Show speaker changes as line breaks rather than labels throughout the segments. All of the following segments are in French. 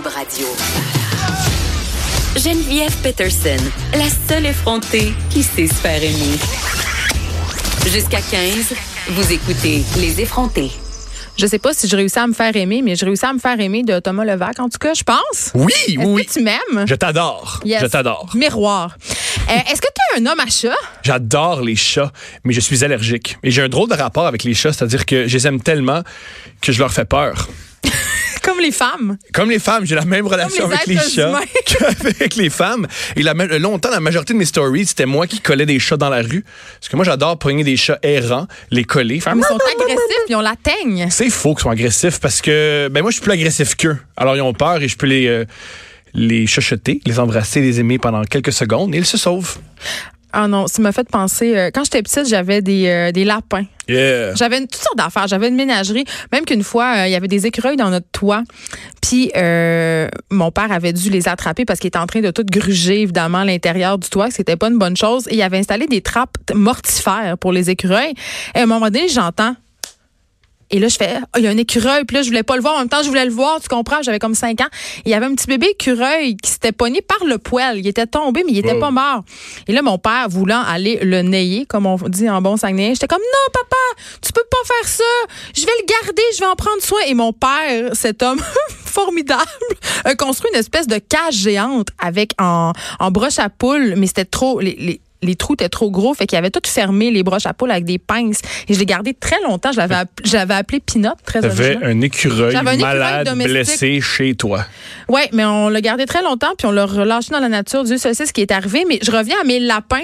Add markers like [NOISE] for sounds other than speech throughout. Radio. Geneviève Peterson, la seule effrontée qui sait se faire aimer. Jusqu'à 15, vous écoutez Les effrontés.
Je sais pas si je réussis à me faire aimer, mais je réussis à me faire aimer de Thomas Levac, en tout cas, je pense.
Oui, oui,
Est-ce
oui.
que tu m'aimes?
Je t'adore.
Yes.
Je t'adore.
Miroir. Euh, Est-ce que tu es un homme à chat?
J'adore les chats, mais je suis allergique. Et j'ai un drôle de rapport avec les chats, c'est-à-dire que je les aime tellement que je leur fais peur.
Comme les femmes.
Comme les femmes, j'ai la même relation
les
avec les
êtres
chats
humains.
[LAUGHS] qu'avec les femmes. Et la, ma- longtemps, la majorité de mes stories, c'était moi qui collais des chats dans la rue. Parce que moi, j'adore pogner des chats errants, les coller, faire
Ils sont agressifs et on la teigne.
C'est faux qu'ils sont agressifs parce que ben moi je suis plus agressif qu'eux. Alors ils ont peur et je peux les euh, les chuchoter, les embrasser, les aimer pendant quelques secondes et ils se sauvent.
Ah non, ça m'a fait penser. euh, quand j'étais petite, j'avais des, euh, des lapins.
Yeah.
J'avais une- toutes sortes d'affaires. J'avais une ménagerie. Même qu'une fois, euh, il y avait des écureuils dans notre toit. Puis euh, mon père avait dû les attraper parce qu'il était en train de tout gruger, évidemment, l'intérieur du toit. que C'était pas une bonne chose. Et il avait installé des trappes t- mortifères pour les écureuils. Et à un moment donné, j'entends. Et là, je fais, Ah, il y a un écureuil. Puis là, je voulais pas le voir. En même temps, je voulais le voir. Tu comprends? J'avais comme 5 ans. Et il y avait un petit bébé écureuil qui s'était pogné par le poêle. Il était tombé, mais il était
Wow.
pas mort. Et là, mon père, voulant aller le nayer, comme on dit en bon sanguin, j'étais comme, non, papa, tu peux pas faire ça. Je vais le garder. Je vais en prendre soin. Et mon père, cet homme [LAUGHS] formidable, a construit une espèce de cage géante avec en, en broche à poules. Mais c'était trop, les- les, les trous étaient trop gros, fait qu'il avait tout fermé, les broches à poules avec des pinces. Et je l'ai gardé très longtemps. Je l'avais app- je l'avais appelé Pinot, très
T'avais
original.
un écureuil
J'avais un écureuil
malade,
domestique.
blessé chez toi.
Oui, mais on l'a gardé très longtemps, puis on l'a relâché dans la nature. Dieu seul sait ce qui est arrivé. Mais je reviens à mes lapins.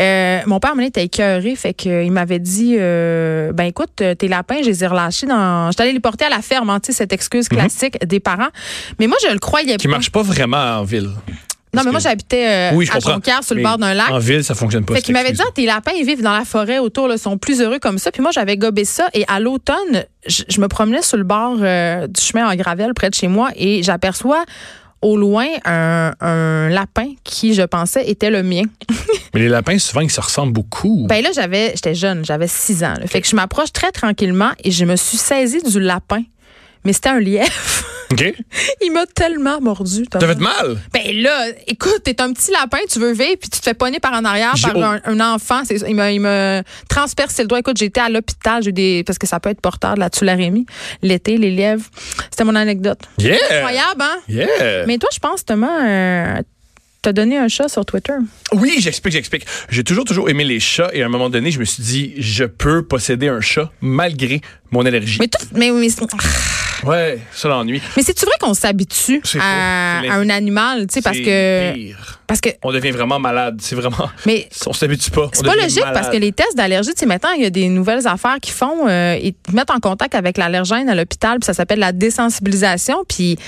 Euh, mon père, à un moment donné, était écœuré, fait qu'il m'avait dit, euh, ben écoute, euh, tes lapins, je les ai relâchés dans... J'étais allée les porter à la ferme, hein, tu sais, cette excuse classique des parents. Mais moi, je le croyais
Mhm. Qui
pas.
marche pas vraiment en ville.
Non, mais
que-
moi, j'habitais euh,
oui, je
à
comprends.
Jonquière, sur le
Mais
bord d'un lac.
En ville, ça fonctionne pas.
Fait qu'il
cette
m'avait dit,
excuse.
ah, tes lapins, ils vivent dans la forêt autour, là, sont plus heureux comme ça. Puis moi, j'avais gobé ça. Et à l'automne, je, je me promenais sur le bord euh, du chemin en gravelle près de chez moi et j'aperçois au loin un, un lapin qui, je pensais, était le mien.
Mais les lapins souvent ils se ressemblent beaucoup.
Ben là, j'avais, j'étais jeune, j'avais six ans. là. Fait que je m'approche très tranquillement et je me suis saisie du lapin. Mais c'était un lièvre. [LAUGHS]
OK
Il m'a tellement mordu. Thomas.
T'as fait mal
Ben là, écoute, t'es un petit lapin, tu veux vivre, puis tu te fais pogner par en arrière
J'ai-
par un, un enfant. C'est, il, me, il me transperce le doigt. Écoute, j'étais à l'hôpital, j'ai eu des, parce que ça peut être porteur de la tularemie, l'été, les lièvres. C'était mon anecdote.
Yeah.
Incroyable, hein?
Yeah.
Mais toi, je pense, Thomas, euh, t'as donné un chat sur Twitter.
Oui, j'explique, j'explique. J'ai toujours, toujours aimé les chats et à un moment donné, je me suis dit, je peux posséder un chat malgré mon allergie.
Mais, tout, mais, mais,
Ouais, ça l'ennui.
mais c'est-tu vrai qu'on s'habitue
C'est
à,
faux. C'est
à un animal, tu sais, parce
C'est
que...
pire.
Parce que
On devient vraiment malade. C'est vraiment.
Mais-
On s'habitue pas.
C'est
On
pas
devient
logique parce
malade.
que les tests d'allergie, tu sais, maintenant, il y a des nouvelles affaires qui font, euh, ils te mettent en contact avec l'allergène à l'hôpital, puis ça s'appelle la désensibilisation, puis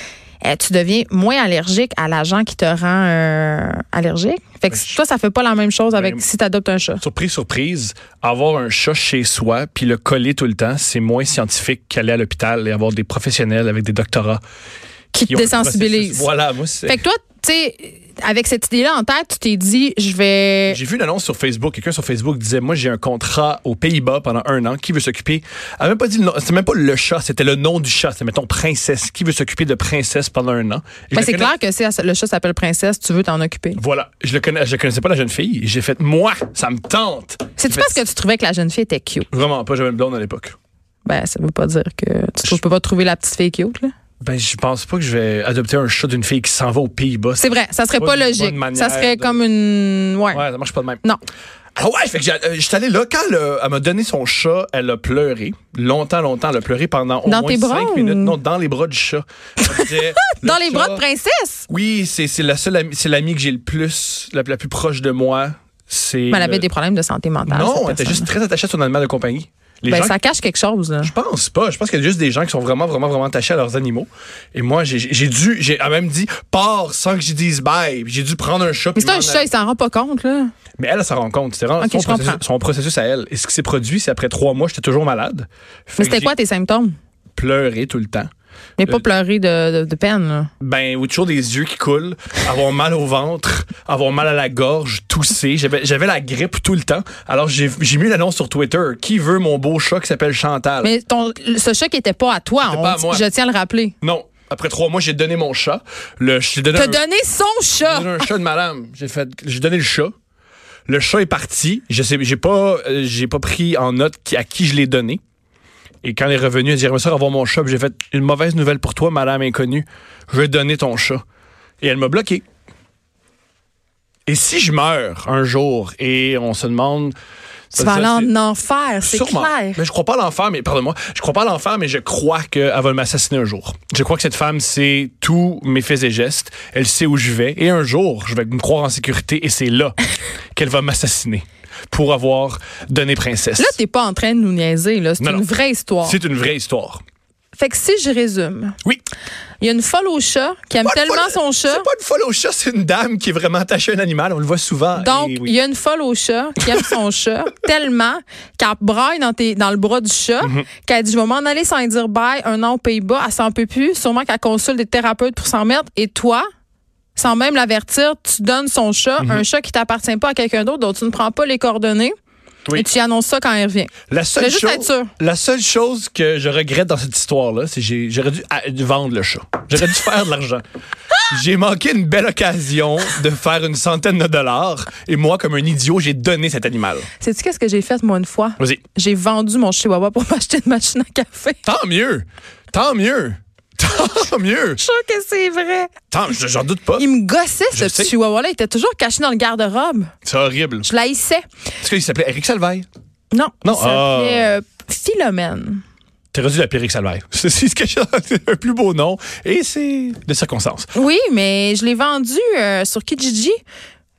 euh, tu deviens moins allergique à l'agent qui te rend euh, allergique. Fait que toi, ça fait pas la même chose avec
Ben,
si tu adoptes un chat.
Surprise, surprise, avoir un chat chez soi puis le coller tout le temps, c'est moins
Ah.
scientifique qu'aller à l'hôpital et avoir des professionnels avec des doctorats.
Qui te
ont le
désensibilise.
processus. Voilà, moi, c'est.
Fait que toi, tu sais, avec cette idée-là en tête, tu t'es dit, je vais.
J'ai vu une annonce sur Facebook. Quelqu'un sur Facebook disait Moi, j'ai un contrat aux Pays-Bas pendant un an. Qui veut s'occuper Elle a même pas dit le nom. C'était même pas le chat, c'était le nom du chat. C'était, mettons, princesse. Qui veut s'occuper de princesse pendant un an Et je
Ben,
le
c'est
connais-
clair que si le chat s'appelle princesse, tu veux t'en occuper.
Voilà. Je le connais, je connaissais pas la jeune fille. J'ai fait Moi, ça me tente.
C'est-tu
J'ai
parce
fait,
que tu trouvais que la jeune fille était cute?
Vraiment pas, j'avais une blonde à l'époque.
Ben, ça veut pas dire que tu trouves- peux pas trouver la petite fille cute, là.
Ben, je pense pas que je vais adopter un chat d'une fille qui s'en va aux Pays-Bas.
C'est vrai, ça serait
Pas
pas
une bonne
logique. Ça
manière
serait
de-
comme une. Ouais.
Ouais, ça marche pas de même.
Non.
Ah ouais, fait que j'ai- euh, j'étais allé là. Quand elle, a- elle m'a donné son chat, elle a pleuré. Longtemps, longtemps, elle a pleuré pendant au
Dans
moins
tes bras
cinq
ou-
minutes. Non, dans les bras du chat. Elle disait,
[LAUGHS] Dans
le
les bras
chat-
de princesse!
Oui, c'est c'est la seule amie, c'est l'amie que j'ai le plus, la, la plus proche de moi. C'est.
Mais elle avait
le-
des problèmes de santé mentale. cette
Non, elle était
personne-là.
juste très attachée à son animal de compagnie. Les
Ben,
gens
ça cache quelque chose, là.
je pense pas. Je pense qu'il y a juste des gens qui sont vraiment, vraiment, vraiment attachés à leurs animaux. Et moi, j'ai- j'ai j'ai dû, j'ai elle m'a même dit, pars sans que j'y dise bye. Puis J'ai dû prendre un chat.
Mais
puis
c'est un
m'en
chat,
aller.
il s'en rend pas compte, là.
Mais elle, elle s'en rend compte. C'était vraiment
Ok,
son,
je comprends.
processus, son processus à elle. Et ce qui s'est produit, c'est après trois mois, j'étais toujours malade. Fait
Mais
que
c'était
j'ai
quoi tes symptômes?
Pleuré tout le temps.
Mais pas
Euh,
pleurer de, de- de peine, là.
Ben, ou toujours des yeux qui coulent, avoir mal au ventre, avoir mal à la gorge, tousser. J'avais j'avais la grippe tout le temps. Alors, j'ai j'ai mis l'annonce sur Twitter. Qui veut mon beau chat qui s'appelle Chantal?
Mais ton, ce chat qui était pas à toi,
C'était
on-
pas à moi.
je tiens à le rappeler.
Non. Après trois mois, j'ai donné mon chat. Le, j'ai donné,
T'as
un,
donné son
j'ai
chat.
donné Euh, un chat de madame. J'ai fait, j'ai donné le chat. Le chat est parti. Je sais, j'ai pas, euh, j'ai pas pris en note qui- à qui je l'ai donné. Et quand il est revenu, il a dit, j'aimerais ça avoir mon chat. Puis J'ai fait une mauvaise nouvelle pour toi, madame inconnue. Je vais donner ton chat. Et elle m'a bloqué. Et si je meurs un jour et on se demande,
Tu vas aller
Ça,
en enfer, c'est
Sûrement.
clair.
Mais je crois pas à l'enfer, mais pardonne-moi, je crois pas à l'enfer, mais je crois qu'elle va m'assassiner un jour. Je crois que cette femme sait tous mes faits et gestes. Elle sait où je vais. Et un jour, je vais me croire en sécurité et
[LAUGHS]
c'est là qu'elle va m'assassiner pour avoir donné princesse.
Là, t'es pas en train de nous niaiser. là. C'est
Non,
une
non.
vraie histoire.
C'est une vraie histoire.
Fait que si je résume,
Oui.
il y a une folle au chat qui aime
Pas de
tellement
folle-
son chat.
C'est pas une folle au chat, c'est une dame qui est vraiment attachée à un animal. On le voit souvent.
Donc,
Et
il
Ah, eh oui.
y a une folle au chat qui aime
[LAUGHS]
son chat tellement qu'elle braille dans, tes- dans le bras du chat,
Mhm.
qu'elle dit Je vais m'en aller sans lui dire bye un an aux Pays-Bas. Elle s'en peut plus. Sûrement qu'elle consulte des thérapeutes pour s'en mettre. Et toi, sans même l'avertir, tu donnes son chat,
Mhm.
un chat qui t'appartient pas à quelqu'un d'autre, dont tu ne prends pas les coordonnées.
Oui.
Et tu y annonces ça quand il revient.
La
Je
seule,
voulais juste
chose,
être sûre.
la seule chose que je regrette dans cette histoire-là, c'est que j'ai- j'aurais dû ah, vendre le chat. J'aurais dû faire
[LAUGHS]
de l'argent. J'ai manqué une belle occasion de faire une centaine de dollars et moi, comme un idiot, j'ai donné cet animal.
Sais-tu qu'est-ce que j'ai fait, moi, une fois?
Vas-y.
J'ai vendu mon chihuahua pour [LAUGHS] m'acheter une machine à café.
Tant mieux! Tant mieux! [LAUGHS] Tant mieux!
Je suis sûre que c'est vrai.
Tant, je- j'en doute pas.
Il me gossait, ce
Je
petit
sais.
chihuahua-là. Il était toujours caché dans le garde-robe.
C'est horrible.
Je l'haïssais.
Est-ce qu'il s'appelait Eric Salvaille?
Non.
Non,
Ça
ah.
s'appelait, euh, Philomène.
T'es rendu la pire Eric Salvaille. [LAUGHS] C'est c'est ce que j'ai- c'est un plus beau nom et c'est de circonstance.
Oui, mais je l'ai vendu euh, sur Kijiji.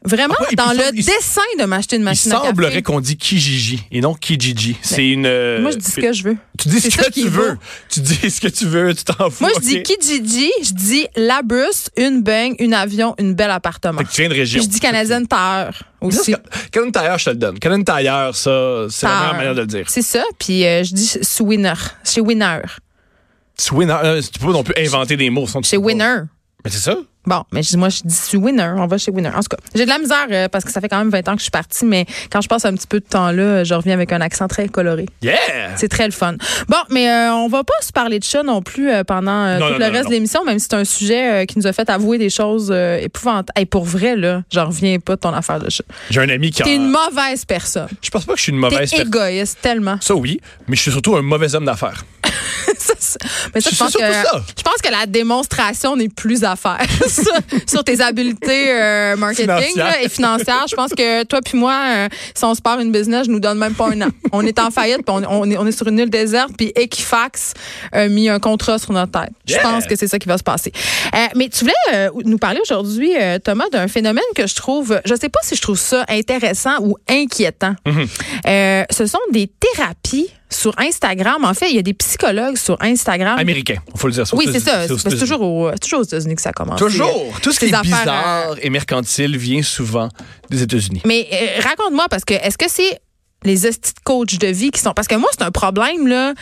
Vraiment,
Ah ouais, et puis
dans
il
le
semble- il-
dessin de m'acheter une
Il
machine à
semblerait
café.
qu'on dit Kijiji et non Kijiji. C'est une. euh,
Moi, je dis ce que je veux.
Tu dis
C'est
ce
ça
que
qui est
tu veux.
beau.
Tu dis ce que tu veux, tu t'en fous.
Moi,
ok?
je dis Kijiji, je dis la bus, une beigne, une avion, une belle appartement.
Fait que tu viens de région.
Puis je dis Canadian Tire aussi.
Canon Tailleur, je te le donne. Canon Tailleur, ça, c'est la meilleure
Tire.
manière de le dire.
C'est ça. Puis euh, je dis sous Winner. Chez Winner.
Tu winner, euh, tu peux pas non plus inventer des mots. sinon tu
Chez
peux pas.
Winner.
Mais c'est ça.
Bon, mais je dis, moi, je dis sous Winner. On va chez Winner. En tout cas, j'ai de la misère euh, parce que ça fait quand même 20 ans que je suis partie, mais quand je passe un petit peu de temps là, je reviens avec un accent très coloré.
Yeah!
C'est très le fun. Bon, mais euh, on va pas se parler de chat non plus euh, pendant euh,
Non,
tout
non,
le
non,
reste
non.
de l'émission, même si c'est un sujet euh, qui nous a fait avouer des choses euh, épouvantables. Hey, pour vrai, là, j'en reviens pas de ton affaire de chat.
J'ai un ami qui a.
T'es une mauvaise personne.
Je pense pas que je suis une
T'es
mauvaise personne.
égoïste tellement.
Ça, oui, mais je suis surtout un mauvais homme d'affaires.
[LAUGHS] Ça, c'est- mais ça, je
C'est
pense que
surtout ça.
je pense que la démonstration n'est plus à faire [LAUGHS] Ça, sur tes habiletés euh, marketing
Financière.
là, et financières. Je pense que toi puis moi, euh, si on se part une business, je nous donne même pas un an. On est en faillite, puis on, on est, on est sur une île déserte, puis Equifax a mis un contrat sur notre tête. Je
Yeah.
pense que c'est ça qui va se passer. Euh, mais tu voulais euh, nous parler aujourd'hui, euh, Thomas, d'un phénomène que je trouve, je sais pas si je trouve ça intéressant ou inquiétant.
Mhm.
Euh, ce sont des thérapies sur Instagram. En fait, il y a des psychologues sur Instagram.
Américain, il faut le dire. Ah, aux
Oui, c'est
États-Unis.
ça.
aux
C'est
États-Unis.
toujours, au- c'est toujours aux États-Unis que ça commence.
Toujours. Tout ce qui
Ces
est
affaires,
bizarre et mercantile vient souvent des États-Unis.
Mais euh, raconte-moi, parce que est-ce que c'est les hosties de coachs de vie qui sont. Parce que moi, c'est un problème, là.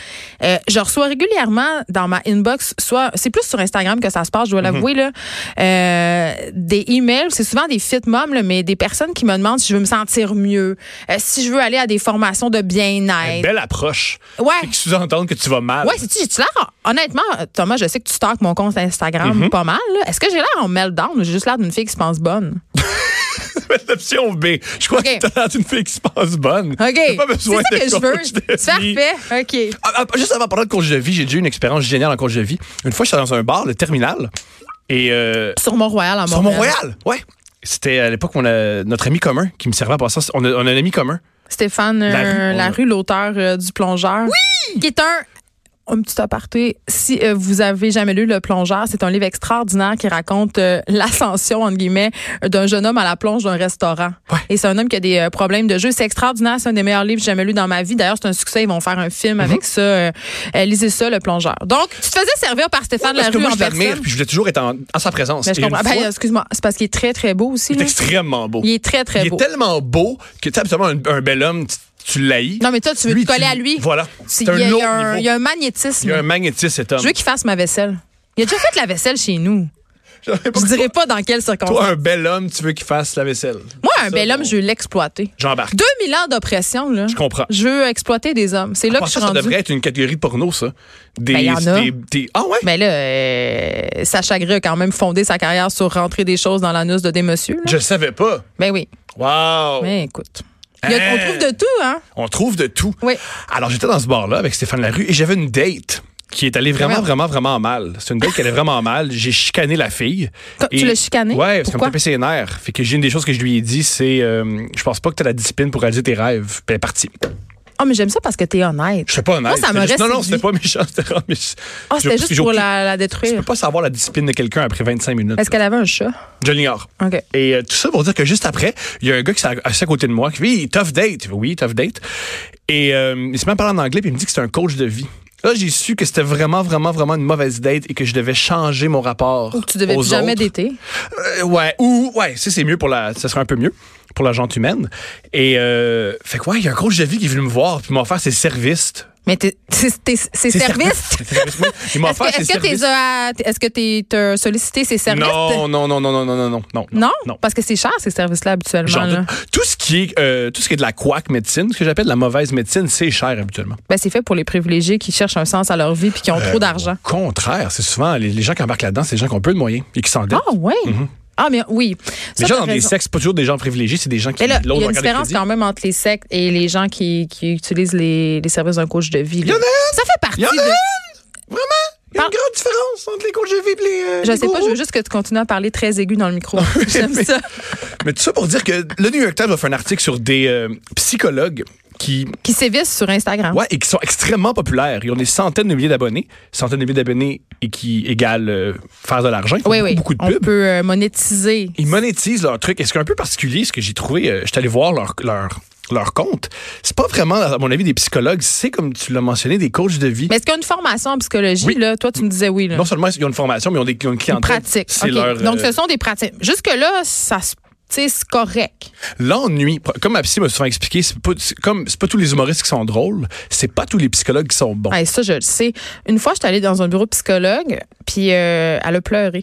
Euh, je reçois régulièrement dans ma inbox, soit. C'est plus sur Instagram que ça se passe, je dois
Mhm.
l'avouer, là. euh, des emails, c'est souvent des fit moms, là, mais des personnes qui me demandent si je veux me sentir mieux, euh, si je veux aller à des formations de
Une
bien-être.
belle approche.
Ouais.
Et qui sous-entend que tu vas mal.
Ouais, c'est-tu, j'ai-tu l'air. en- Honnêtement, Thomas, je sais que tu stalks mon compte Instagram
Mhm.
pas mal, là. Est-ce que j'ai l'air en meltdown ou j'ai juste l'air d'une fille qui se pense bonne?
L'option B. Je crois
Ok.
que t'as l'air d'une fille qui se passe bonne.
OK.
T'as pas besoin
c'est ça que
de
je
coach de
veux.
vie.
Parfait. OK.
Ah, ah, Juste avant de parler de congé de vie, j'ai déjà eu une expérience géniale en congé de vie. Une fois, j'étais dans un bar, le terminal, et euh,
Sur Mont-Royal, en
sur
Montréal.
Mont-Royal, ouais. C'était à l'époque, on a notre ami commun qui me servait en passant. On a, on a un ami commun.
Stéphane euh,
Larue.
Larue, l'auteur euh, du plongeur. Oui! Qui est un. Un petit aparté. Si euh, vous avez jamais lu Le Plongeur, c'est un livre extraordinaire qui raconte euh, l'ascension, entre guillemets, d'un jeune homme à la plonge d'un restaurant.
Ouais.
Et c'est un homme qui a des euh, problèmes de jeu. C'est extraordinaire. C'est un des meilleurs livres que j'ai jamais lu dans ma vie. D'ailleurs, c'est un succès. Ils vont faire un
Mm-hmm.
film avec ça. Euh, euh, lisez ça, Le Plongeur. Donc, tu te faisais servir par Stéphane
Parce que
Larue
moi,
en
je l'admire,
personne.
puis je voulais toujours être en, en sa présence.
Mais je
Et une
comprends. Ben,
fois,
excuse-moi. C'est parce qu'il est très, très beau aussi.
il est
là.
extrêmement beau.
Il est très, très
Il est
beau.
tellement beau que, tu sais, absolument, un, un bel homme, tu, tu l'haïs.
Non, mais toi, tu veux te
Lui,
coller
tu-
à lui.
Voilà.
C'est-
C'est un
il y a- il y, a
autre
un-
niveau.
il y a un magnétisme.
Il y a un magnétisme, cet
Je veux
homme.
qu'il fasse ma vaisselle. Il a déjà fait de la vaisselle chez nous. Je dirais pas dans quelles circonstances.
Toi, un bel homme, tu veux qu'il fasse la vaisselle.
Moi, un
Ça,
bel homme,
bon.
je veux l'exploiter.
J'embarque.
2000 ans d'oppression, là.
Je comprends.
Je veux exploiter des hommes. C'est là
Ah,
que je suis
ça, ça
rendue.
devrait être une catégorie de porno, ça. Des,
Ben, y en a.
des- des- ah ouais?
Mais là, Ben euh, Sacha Gray a quand même fondé sa carrière sur rentrer des choses dans l'anus de des messieurs. là.
Je savais pas.
Ben oui.
Wow!
Mais écoute. Il y a-
Hein?
On trouve de tout, hein?
On trouve de tout.
Oui.
Alors, j'étais dans ce bar-là avec Stéphane Larue et j'avais une date qui est allée vraiment,
Voyons.
vraiment, vraiment mal. C'est une date qui allait vraiment mal. J'ai chicané la fille.
Comme- tu l'as chicanée?
Ouais, parce qu'elle me
Pourquoi?
tapait ses nerfs. Fait que j'ai une des choses que je lui ai dit, c'est euh, je pense pas que t'as la discipline pour réaliser tes rêves. Puis elle est partie.
Ah, mais j'aime ça parce que t'es honnête.
Je sais pas
Moi,
honnête.
ça
C'était
m'aurait
juste- Non, non,
séduit.
c'était pas méchant. C'était vraiment méchant.
Ah,
Je-
c'était
parce que
juste
j'ai
pour
aucun-
la, la
Tu peux
détruire.
pas savoir la discipline de quelqu'un après 25 minutes.
Est-ce qu'elle avait un chat?
Je l'ignore.
OK.
Et euh, tout ça pour dire que juste après, il y a un gars qui s'est assis à côté de moi qui dit Oui, tough date. Oui, tough date. Et euh, il se met à parler en anglais puis il me dit que c'est un coach de vie. Là, j'ai su que c'était vraiment, vraiment, vraiment une mauvaise date et que je devais changer mon rapport.
Ou que tu devais
aux
plus jamais
autres.
d'été?
Euh, ouais, ou, ouais, ça, c'est mieux pour la. Ça serait un peu mieux pour la gente humaine. Et, euh, fait quoi, il y a un coach de vie qui est venu me voir puis m'a offert ses services.
Mais t'es- t'es- t'es- c'est [LAUGHS]
Ses
service?
services, ses services, [LAUGHS] oui. Il m'a
Est-ce
offert
que-
ses
est-ce que t'es
services.
à- est-ce que t'es t'as sollicité ces services?
Non, non, non, non, non, non, non, non, non.
Non?
Non.
Parce que c'est cher, ces services-là, habituellement.
J'en
là.
doute. Tout ce qui est euh, tout ce qui est de la quack médecine, ce que j'appelle de la mauvaise médecine, c'est cher habituellement.
Ben, c'est fait pour les privilégiés qui cherchent un sens à leur vie puis qui
Euh,
ont trop d'argent.
Au contraire, c'est souvent les, les gens qui embarquent là-dedans, c'est les gens qui ont peu de moyens et qui s'endettent.
Ah, ouais. Ah, mais oui.
les
Ça,
gens
t'as
Mm-hmm. dans des
raison.
sexes, c'est pas toujours des gens privilégiés, c'est des gens qui
Mais là, il
l'autre
y a une
regarde les
différence
crédits.
quand même entre les sectes et les gens qui, qui utilisent les, les services d'un coach de vie. là.
Il y en a une!
Ça fait partie
Il y en a
de.
une! Vraiment? Il y a
Par-
une grande différence entre les coachs de vie et les. euh,
Je
les
sais pas,
gourous.
je veux juste que tu continues à parler très aigu dans le
[LAUGHS]
micro. J'aime
mais-
ça.
Mais tout ça pour dire que le New York Times a fait un article sur des euh, psychologues qui
Qui sévissent sur Instagram.
Ouais, et qui sont extrêmement populaires. Ils ont des centaines de milliers d'abonnés. Centaines de milliers d'abonnés et qui égale euh, faire de l'argent. Ils font
oui, oui.
beaucoup de
On
pubs.
peut euh, monétiser.
Ils monétisent leur truc. Et ce qui est un peu particulier, ce que j'ai trouvé, euh, je suis allé voir leur, leur, leur compte. C'est pas vraiment, à mon avis, des psychologues. C'est, comme tu l'as mentionné, des coachs de vie.
Mais est-ce qu'il y a une formation en psychologie?
Oui.
Là? Toi, tu me disais oui. Là.
non seulement ils ont une formation, mais ils ont, des, ils ont une
Une
clientèle.
euh, pratique.
C'est
OK.
leur, euh,
Donc, ce sont des pratiques. Jusque-là, ça se- tu sais, c'est correct.
L'ennui, comme ma psy m'a souvent expliqué, c'est pas, c'est comme, c'est pas tous les humoristes qui sont drôles, c'est pas tous les psychologues qui sont bons.
Ouais, ça, je le sais. Une fois, je suis allée dans un bureau de psychologue, puis euh, elle a pleuré.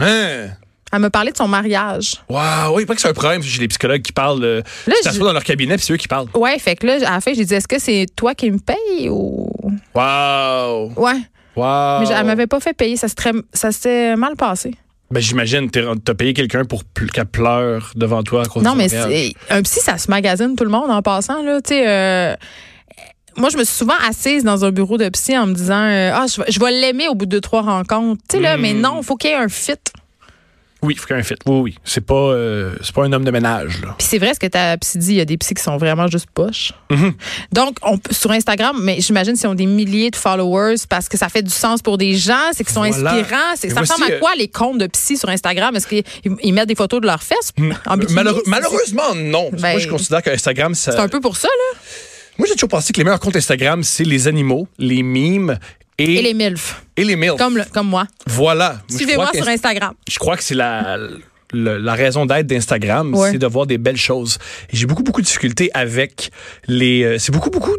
Hein?
Elle m'a parlé de son mariage.
Waouh, oui, pas que c'est un problème. J'ai des psychologues qui parlent, euh,
Là,
ils s'assoient
je-
dans leur cabinet, puis c'est eux qui parlent.
Ouais, fait que là, à la fin, j'ai dit, est-ce que c'est toi qui me paye ou.
Wow!
Ouais.
Wow!
Mais je- elle m'avait pas fait payer. Ça serait, ça s'est mal passé.
Ben, j'imagine, t'es- t'as payé quelqu'un pour pl- qu'elle pleure devant toi à cause
Non,
du
mais
mariage.
c'est- un psy, ça se magasine tout le monde en passant, là. Tu sais, euh, moi, je me suis souvent assise dans un bureau de psy en me disant, euh, ah, je, vais- je vais l'aimer au bout de deux, trois rencontres. Tu sais, là,
Hmm.
mais non, faut qu'il y ait un fit.
Oui, il faut qu'il y ait un fit. Oui, oui. C'est pas, euh, c'est pas un homme de ménage, là.
Puis c'est vrai ce que ta psy dit, il y a des psys qui sont vraiment juste poches.
Mhm.
Donc, on, peut- sur Instagram, mais j'imagine s'ils ont des milliers de followers parce que ça fait du sens pour des gens, c'est qu'ils sont
Voilà.
inspirants. C'est,
Mais
ça ressemble
voici,
à quoi les comptes de psy sur Instagram? Est-ce qu'ils ils- ils mettent des photos de leurs fesses en bikini?
Hmm. Malheureux-
C'est-
malheureusement, non. Parce que
Ben,
moi, je considère que Instagram, ça.
C'est un peu pour ça, là.
Moi, j'ai toujours pensé que les meilleurs comptes Instagram, c'est les animaux, les mimes et,
Et les MILF,
et les milfs.
comme, le- comme moi.
Voilà. Moi, je
Suivez-moi
crois que-
sur Instagram.
Je crois que c'est la. le- la raison d'être d'Instagram,
Ouais.
c'est de voir des belles choses. Et j'ai beaucoup, beaucoup de difficultés avec les... euh, c'est beaucoup, beaucoup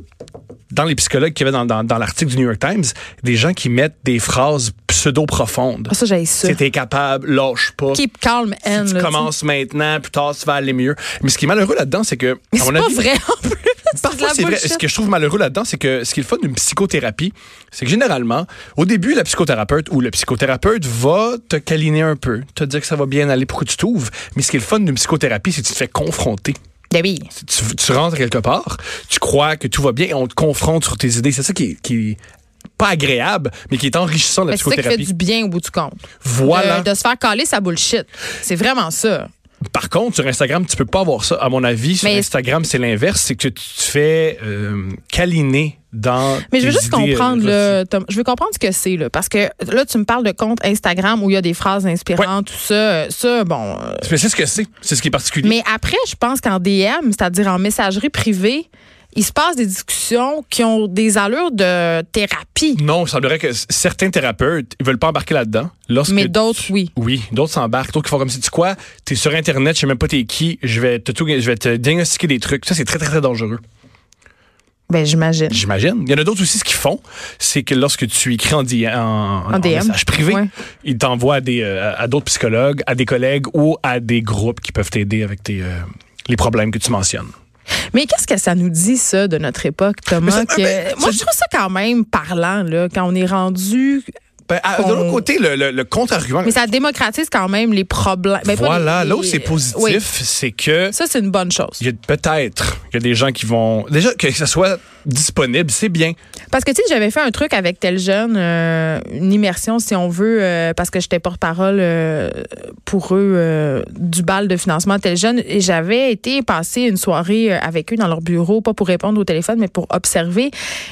dans les psychologues qu'il y avait dans, dans- dans l'article du New York Times, des gens qui mettent des phrases pseudo-profondes.
Ah, ça, j'ai ça.
Si t'es capable, lâche pas.
Keep calm and.
si tu
là,
commences maintenant, plus tard, ça va aller mieux. Mais ce qui est malheureux là-dedans, c'est que...
tu sais.
à
Mais
mon
c'est pas
avis,
vrai en
[LAUGHS]
plus. C'est de
Parfois,
la
c'est vrai.
bullshit.
Ce que je trouve malheureux là-dedans, c'est que ce qui est le fun d'une psychothérapie, c'est que généralement, au début, la psychothérapeute ou le psychothérapeute va te câliner un peu, te dire que ça va bien aller pour que tu t'ouvres. Mais ce qui est le fun d'une psychothérapie, c'est que tu te fais confronter.
Ben oui.
Tu, tu rentres quelque part, tu crois que tout va bien et on te confronte sur tes idées. C'est ça qui est, qui est pas agréable, mais qui est enrichissant de la
Mais c'est ça qui fait
psychothérapie.
du bien au bout du compte.
Voilà.
De, de se faire caler sa bullshit. C'est vraiment ça.
Par contre, sur Instagram, tu peux pas avoir ça. À mon avis, sur
Mais-
Instagram, c'est l'inverse. C'est que tu te fais euh, câliner dans.
Mais je veux
tes
juste
idées, euh,
comprendre,
reçues.
là, Tom, je veux comprendre ce que c'est, là. Parce que là, tu me parles de compte Instagram où il y a des phrases inspirantes, tout ça. euh, Ça, bon. euh,
Mais c'est ce que c'est. C'est ce qui est particulier.
Mais après, je pense qu'en DM, c'est-à-dire en messagerie privée, il se passe des discussions qui ont des allures de thérapie.
Non, il semblerait que c- certains thérapeutes, ils veulent pas embarquer là-dedans. Lorsque
Mais d'autres,
tu-
oui.
Oui, d'autres s'embarquent. D'autres qui font comme si tu quoi, t'es sur Internet, je sais même pas t'es qui, je vais te, tout- je vais te diagnostiquer des trucs. Ça, c'est très, très, très dangereux.
Ben, j'imagine.
J'imagine. Il y en a d'autres aussi, ce qu'ils font, c'est que lorsque tu écris en, di- en- en- en
DM.
message privé,
Ouais.
ils t'envoient à, des, euh, à d'autres psychologues, à des collègues ou à des groupes qui peuvent t'aider avec tes, euh, les problèmes que tu mentionnes.
Mais qu'est-ce que ça nous dit, ça, de notre époque, Thomas?
Mais ça-
que-
mais-
moi, je trouve ça quand même parlant, là, quand on est rendu.
Ben, à-
Qu'on-
De l'autre côté, le, le- le contre-argument,
Mais ça démocratise quand même les problèmes. Ben, pas les-
voilà, là où
les-
c'est positif,
Oui.
c'est que
Ça, c'est une bonne chose.
il y a peut-être il y a des gens qui vont déjà que ça soit disponible, c'est bien.
Parce que, tu sais, j'avais fait un truc avec tel jeune, euh, une immersion, si on veut, euh, parce que j'étais porte-parole euh, pour eux euh, du bal de financement tel jeune. Et j'avais été passer une soirée euh, avec eux dans leur bureau, pas pour répondre au téléphone, mais pour observer.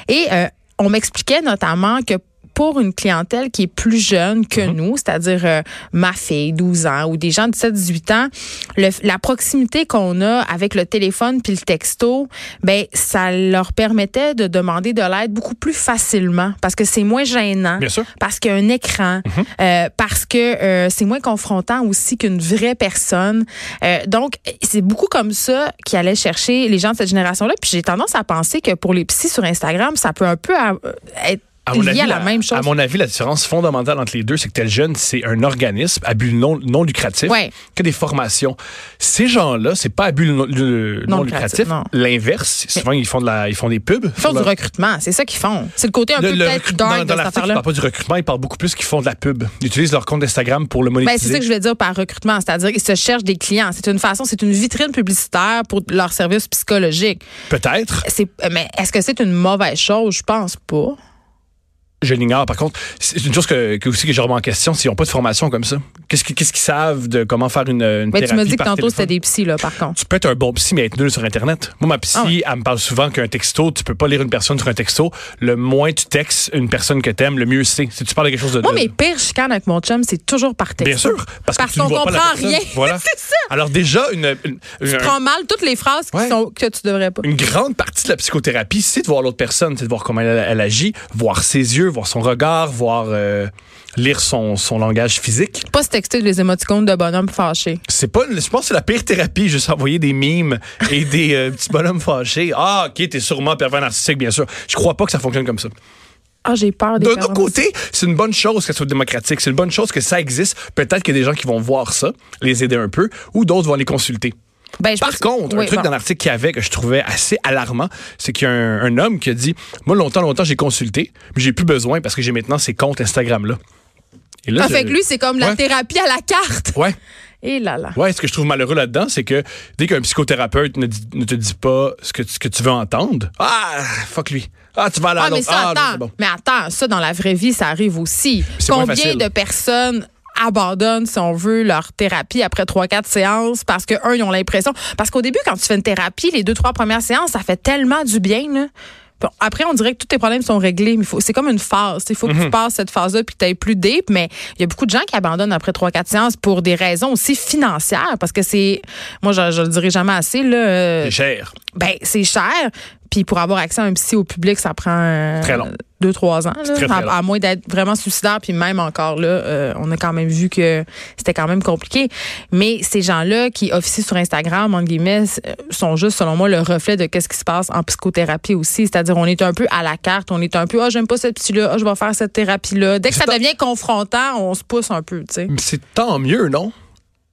Et euh, on m'expliquait notamment que pour une clientèle qui est plus jeune que nous, c'est-à-dire euh, ma fille, 12 ans, ou des gens de 17-18 ans, le- la proximité qu'on a avec le téléphone puis le texto, ben ça leur permettait de demander de l'aide beaucoup plus facilement parce que c'est moins gênant.
Bien sûr.
Parce qu'il y a un écran,
Mhm.
euh, parce que euh, c'est moins confrontant aussi qu'une vraie personne. Euh, donc, c'est beaucoup comme ça qu'ils allaient chercher les gens de cette génération-là. Puis j'ai tendance à penser que pour les psys sur Instagram, ça peut un peu à- être lié à la même chose.
à mon avis, la différence fondamentale entre les deux, c'est que tel jeune, c'est un organisme à but non, non lucratif,
Ouais.
que des formations. Ces gens-là, c'est pas à but non, le-
Non
non
lucratif,
lucratif.
non.
L'inverse, souvent ils font de la, ils font des pubs.
Ils font du
Leur-
recrutement, c'est ça qu'ils font. C'est le côté un
le-
peu
le
peut-être
recrutement-
dark
dans
de cette
l'article, ils
affaire-là.
parlent pas du recrutement, ils parlent beaucoup plus qu'ils font de la pub. Ils utilisent leur compte Instagram pour le
Ben,
monétiser.
c'est ça que je voulais dire par recrutement, c'est-à-dire qu'ils se cherchent des clients. C'est une façon, c'est une vitrine publicitaire pour leur service psychologique.
Peut-être.
C'est, mais est-ce que c'est une mauvaise chose? Je pense pas.
Je l'ignore. Par contre, c'est une chose que, que aussi que je remets en question, s'ils n'ont pas de formation comme ça. Qu'est-ce qu'ils qu'est-ce qu'ils savent de comment faire une, une
Mais
thérapie
Ben, tu me dis que
par
tantôt,
téléphone?
c'était des psys, là, par contre.
Tu peux être un bon psy, mais être nul sur Internet. Moi, ma psy,
Ah ouais.
elle me parle souvent qu'un texto, tu peux pas lire une personne sur un texto. Le moins tu textes une personne que t'aimes, le mieux c'est. Si tu parles de quelque chose de...
Moi,
de-
mes pires chicanes avec mon chum, c'est toujours par texte.
Bien sûr, parce,
Parce
que tu ne
qu'on
vois pas la
comprend
personne.
rien.
Voilà.
[LAUGHS] C'est ça.
Alors déjà, une, une,
Tu
un-
prends mal toutes les phrases qui
Ouais.
sont, que tu devrais pas.
une grande partie de la psychothérapie, c'est de voir l'autre personne, c'est de voir comment elle, elle agit, voir ses yeux, voir son regard, voir euh, lire son, son langage physique.
Pas se texter les émoticônes de bonhomme fâché.
C'est pas, une- je pense que c'est la pire thérapie, juste envoyer des mimes
[LAUGHS]
et des euh, petits bonhommes fâchés. Ah, ok, t'es sûrement pervers narcissique, bien sûr. Je crois pas que ça fonctionne comme ça.
Ah, j'ai peur des
D'un autre
parents.
côté, c'est une bonne chose que ce soit démocratique, c'est une bonne chose que ça existe. Peut-être qu'il y a des gens qui vont voir ça, les aider un peu, ou d'autres vont les consulter.
Ben, je
Par
pense-
contre, un
Oui,
truc
bon.
dans l'article qu'il y avait que je trouvais assez alarmant, c'est qu'il y a un, un homme qui a dit Moi, longtemps, longtemps, j'ai consulté, mais j'ai plus besoin parce que j'ai maintenant ces comptes Instagram-là. Et là,
En
je-
Ah, fait, que lui, c'est comme la
Ouais.
thérapie à la carte.
Ouais.
Et Eh là là.
Ouais, ce que je trouve malheureux là-dedans, c'est que dès qu'un psychothérapeute ne, dit- ne te dit pas ce que, tu- ce que tu veux entendre, ah, fuck lui. Ah, tu vas aller à
Ah, mais
l'autre.
ça,
non,
attends.
c'est
Mais attends, ça, dans la vraie vie, ça arrive aussi.
c'est moins
Combien
facile.
de personnes abandonnent, si on veut, leur thérapie après trois, quatre séances parce que, un, ils ont l'impression. Parce qu'au début, quand tu fais une thérapie, les deux, trois premières séances, ça fait tellement du bien, là. Puis Après, on dirait que tous tes problèmes sont réglés, mais faut- c'est comme une phase. Il faut que tu passes cette phase-là puis que tu plus deep. Mais il y a beaucoup de gens qui abandonnent après trois, quatre séances pour des raisons aussi financières. Parce que c'est. Moi, je, je le dirai jamais assez, là. euh,
C'est cher.
ben, c'est cher. Puis pour avoir accès à un psy au public, ça prend euh,
Très long.
deux, trois ans. là.
très, très
à,
long.
à moins d'être vraiment suicidaire. Puis même encore là, euh, on a quand même vu que c'était quand même compliqué. Mais ces gens-là qui officient sur Instagram, entre guillemets, c- euh, sont juste, selon moi, le reflet de qu'est-ce qui se passe en psychothérapie aussi. C'est-à-dire, on est un peu à la carte. On est un peu, ah, j'aime pas ce psy-là. Ah, je vais faire cette thérapie-là. Dès que ça
C'est-
devient confrontant, on se pousse un peu, tu sais.
Mais c'est tant mieux, non?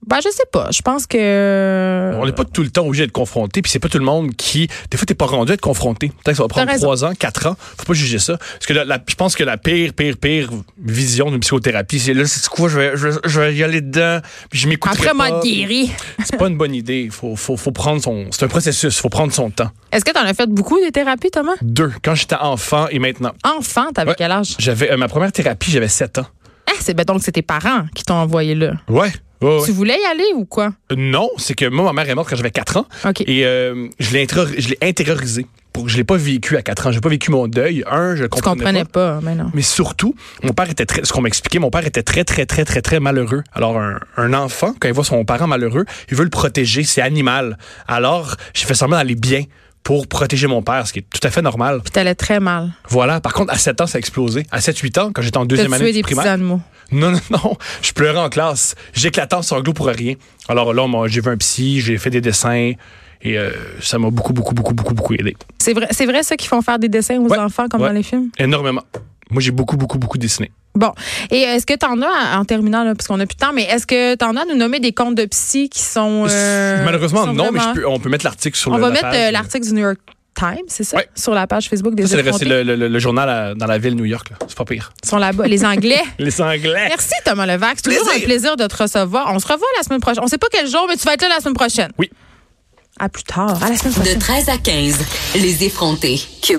Ben, je sais pas. Je pense que...
On n'est pas tout le temps obligé d'être confronté, puis c'est pas tout le monde qui. Des fois, t'es pas rendu à être confronté. Peut-être que ça va prendre
T'as raison.
trois ans, quatre ans. Faut pas juger ça. Parce que la- la- je pense que la pire, pire, pire vision d'une psychothérapie, c'est là, c'est quoi, je vais, je, vais- je vais y aller dedans, puis je m'écoute.
Après, moi, guéri.
C'est pas une bonne idée. Faut, faut, faut prendre son. C'est un processus. Faut prendre son temps.
Est-ce que t'en as fait beaucoup des thérapies, Thomas?
Deux. Quand j'étais enfant et maintenant.
Enfant, t'avais
Ouais.
quel âge?
J'avais euh, ma première thérapie, j'avais 7 ans.
Ah, c'est ben donc c'est tes parents qui t'ont envoyé là.
Ouais. ouais, ouais.
Tu voulais y aller ou quoi?
Euh, Non, c'est que moi, ma mère est morte quand j'avais 4 ans.
OK.
Et euh, je l'ai intéro- je l'ai intériorisé. Pour, je l'ai pas vécu à 4 ans. J'ai pas vécu mon deuil. Un, je le
tu
comprenais,
comprenais
pas.
pas, mais non.
Mais surtout, mon père était très, ce qu'on m'expliquait, mon père était très, très, très, très, très malheureux. Alors, un, un enfant, quand il voit son parent malheureux, il veut le protéger. C'est animal. Alors, j'ai fait semblant d'aller bien pour protéger mon père, ce qui est tout à fait normal.
Puis t'allais très mal.
Voilà. Par contre, à 7 ans, ça a explosé. À 7-8 ans, quand j'étais en
T'as
deuxième année
tué
du
des petits
primaire,
animaux.
non, non, non. Je pleurais en classe. J'éclatais en sanglots pour rien. Alors là, on m'a- j'ai vu un psy, j'ai fait des dessins. Et euh, ça m'a beaucoup, beaucoup, beaucoup, beaucoup, beaucoup aidé.
C'est vrai, c'est vrai ça qu'ils font faire des dessins aux
Ouais.
enfants comme
Ouais.
dans les films.
Énormément. Moi, j'ai beaucoup, beaucoup, beaucoup dessiné.
Bon, et euh, est-ce que t'en as, en terminant, là, parce qu'on n'a plus de temps, mais est-ce que t'en as à nous nommer des comptes de psy qui sont... euh,
Malheureusement,
qui sont
non, mais
vraiment-
je peux- on peut mettre l'article sur
On
le
va
la
mettre
page.
euh, l'article du New York Times, c'est ça?
Ouais.
Sur la page Facebook des
Ça, C'est le, c'est
effrontés.
le- le- le- le journal à- dans la ville de New York. là. C'est pas pire.
Ils sont là-bas, les
[LAUGHS]
Anglais.
Les Anglais.
Merci Thomas Levac, c'est toujours un
Plaisir.
plaisir de te recevoir. On se revoit la semaine prochaine. On sait pas quel jour, mais tu vas être là la semaine prochaine.
Oui.
À plus tard, à la semaine prochaine.
De 13 à 15, les effrontés. Cube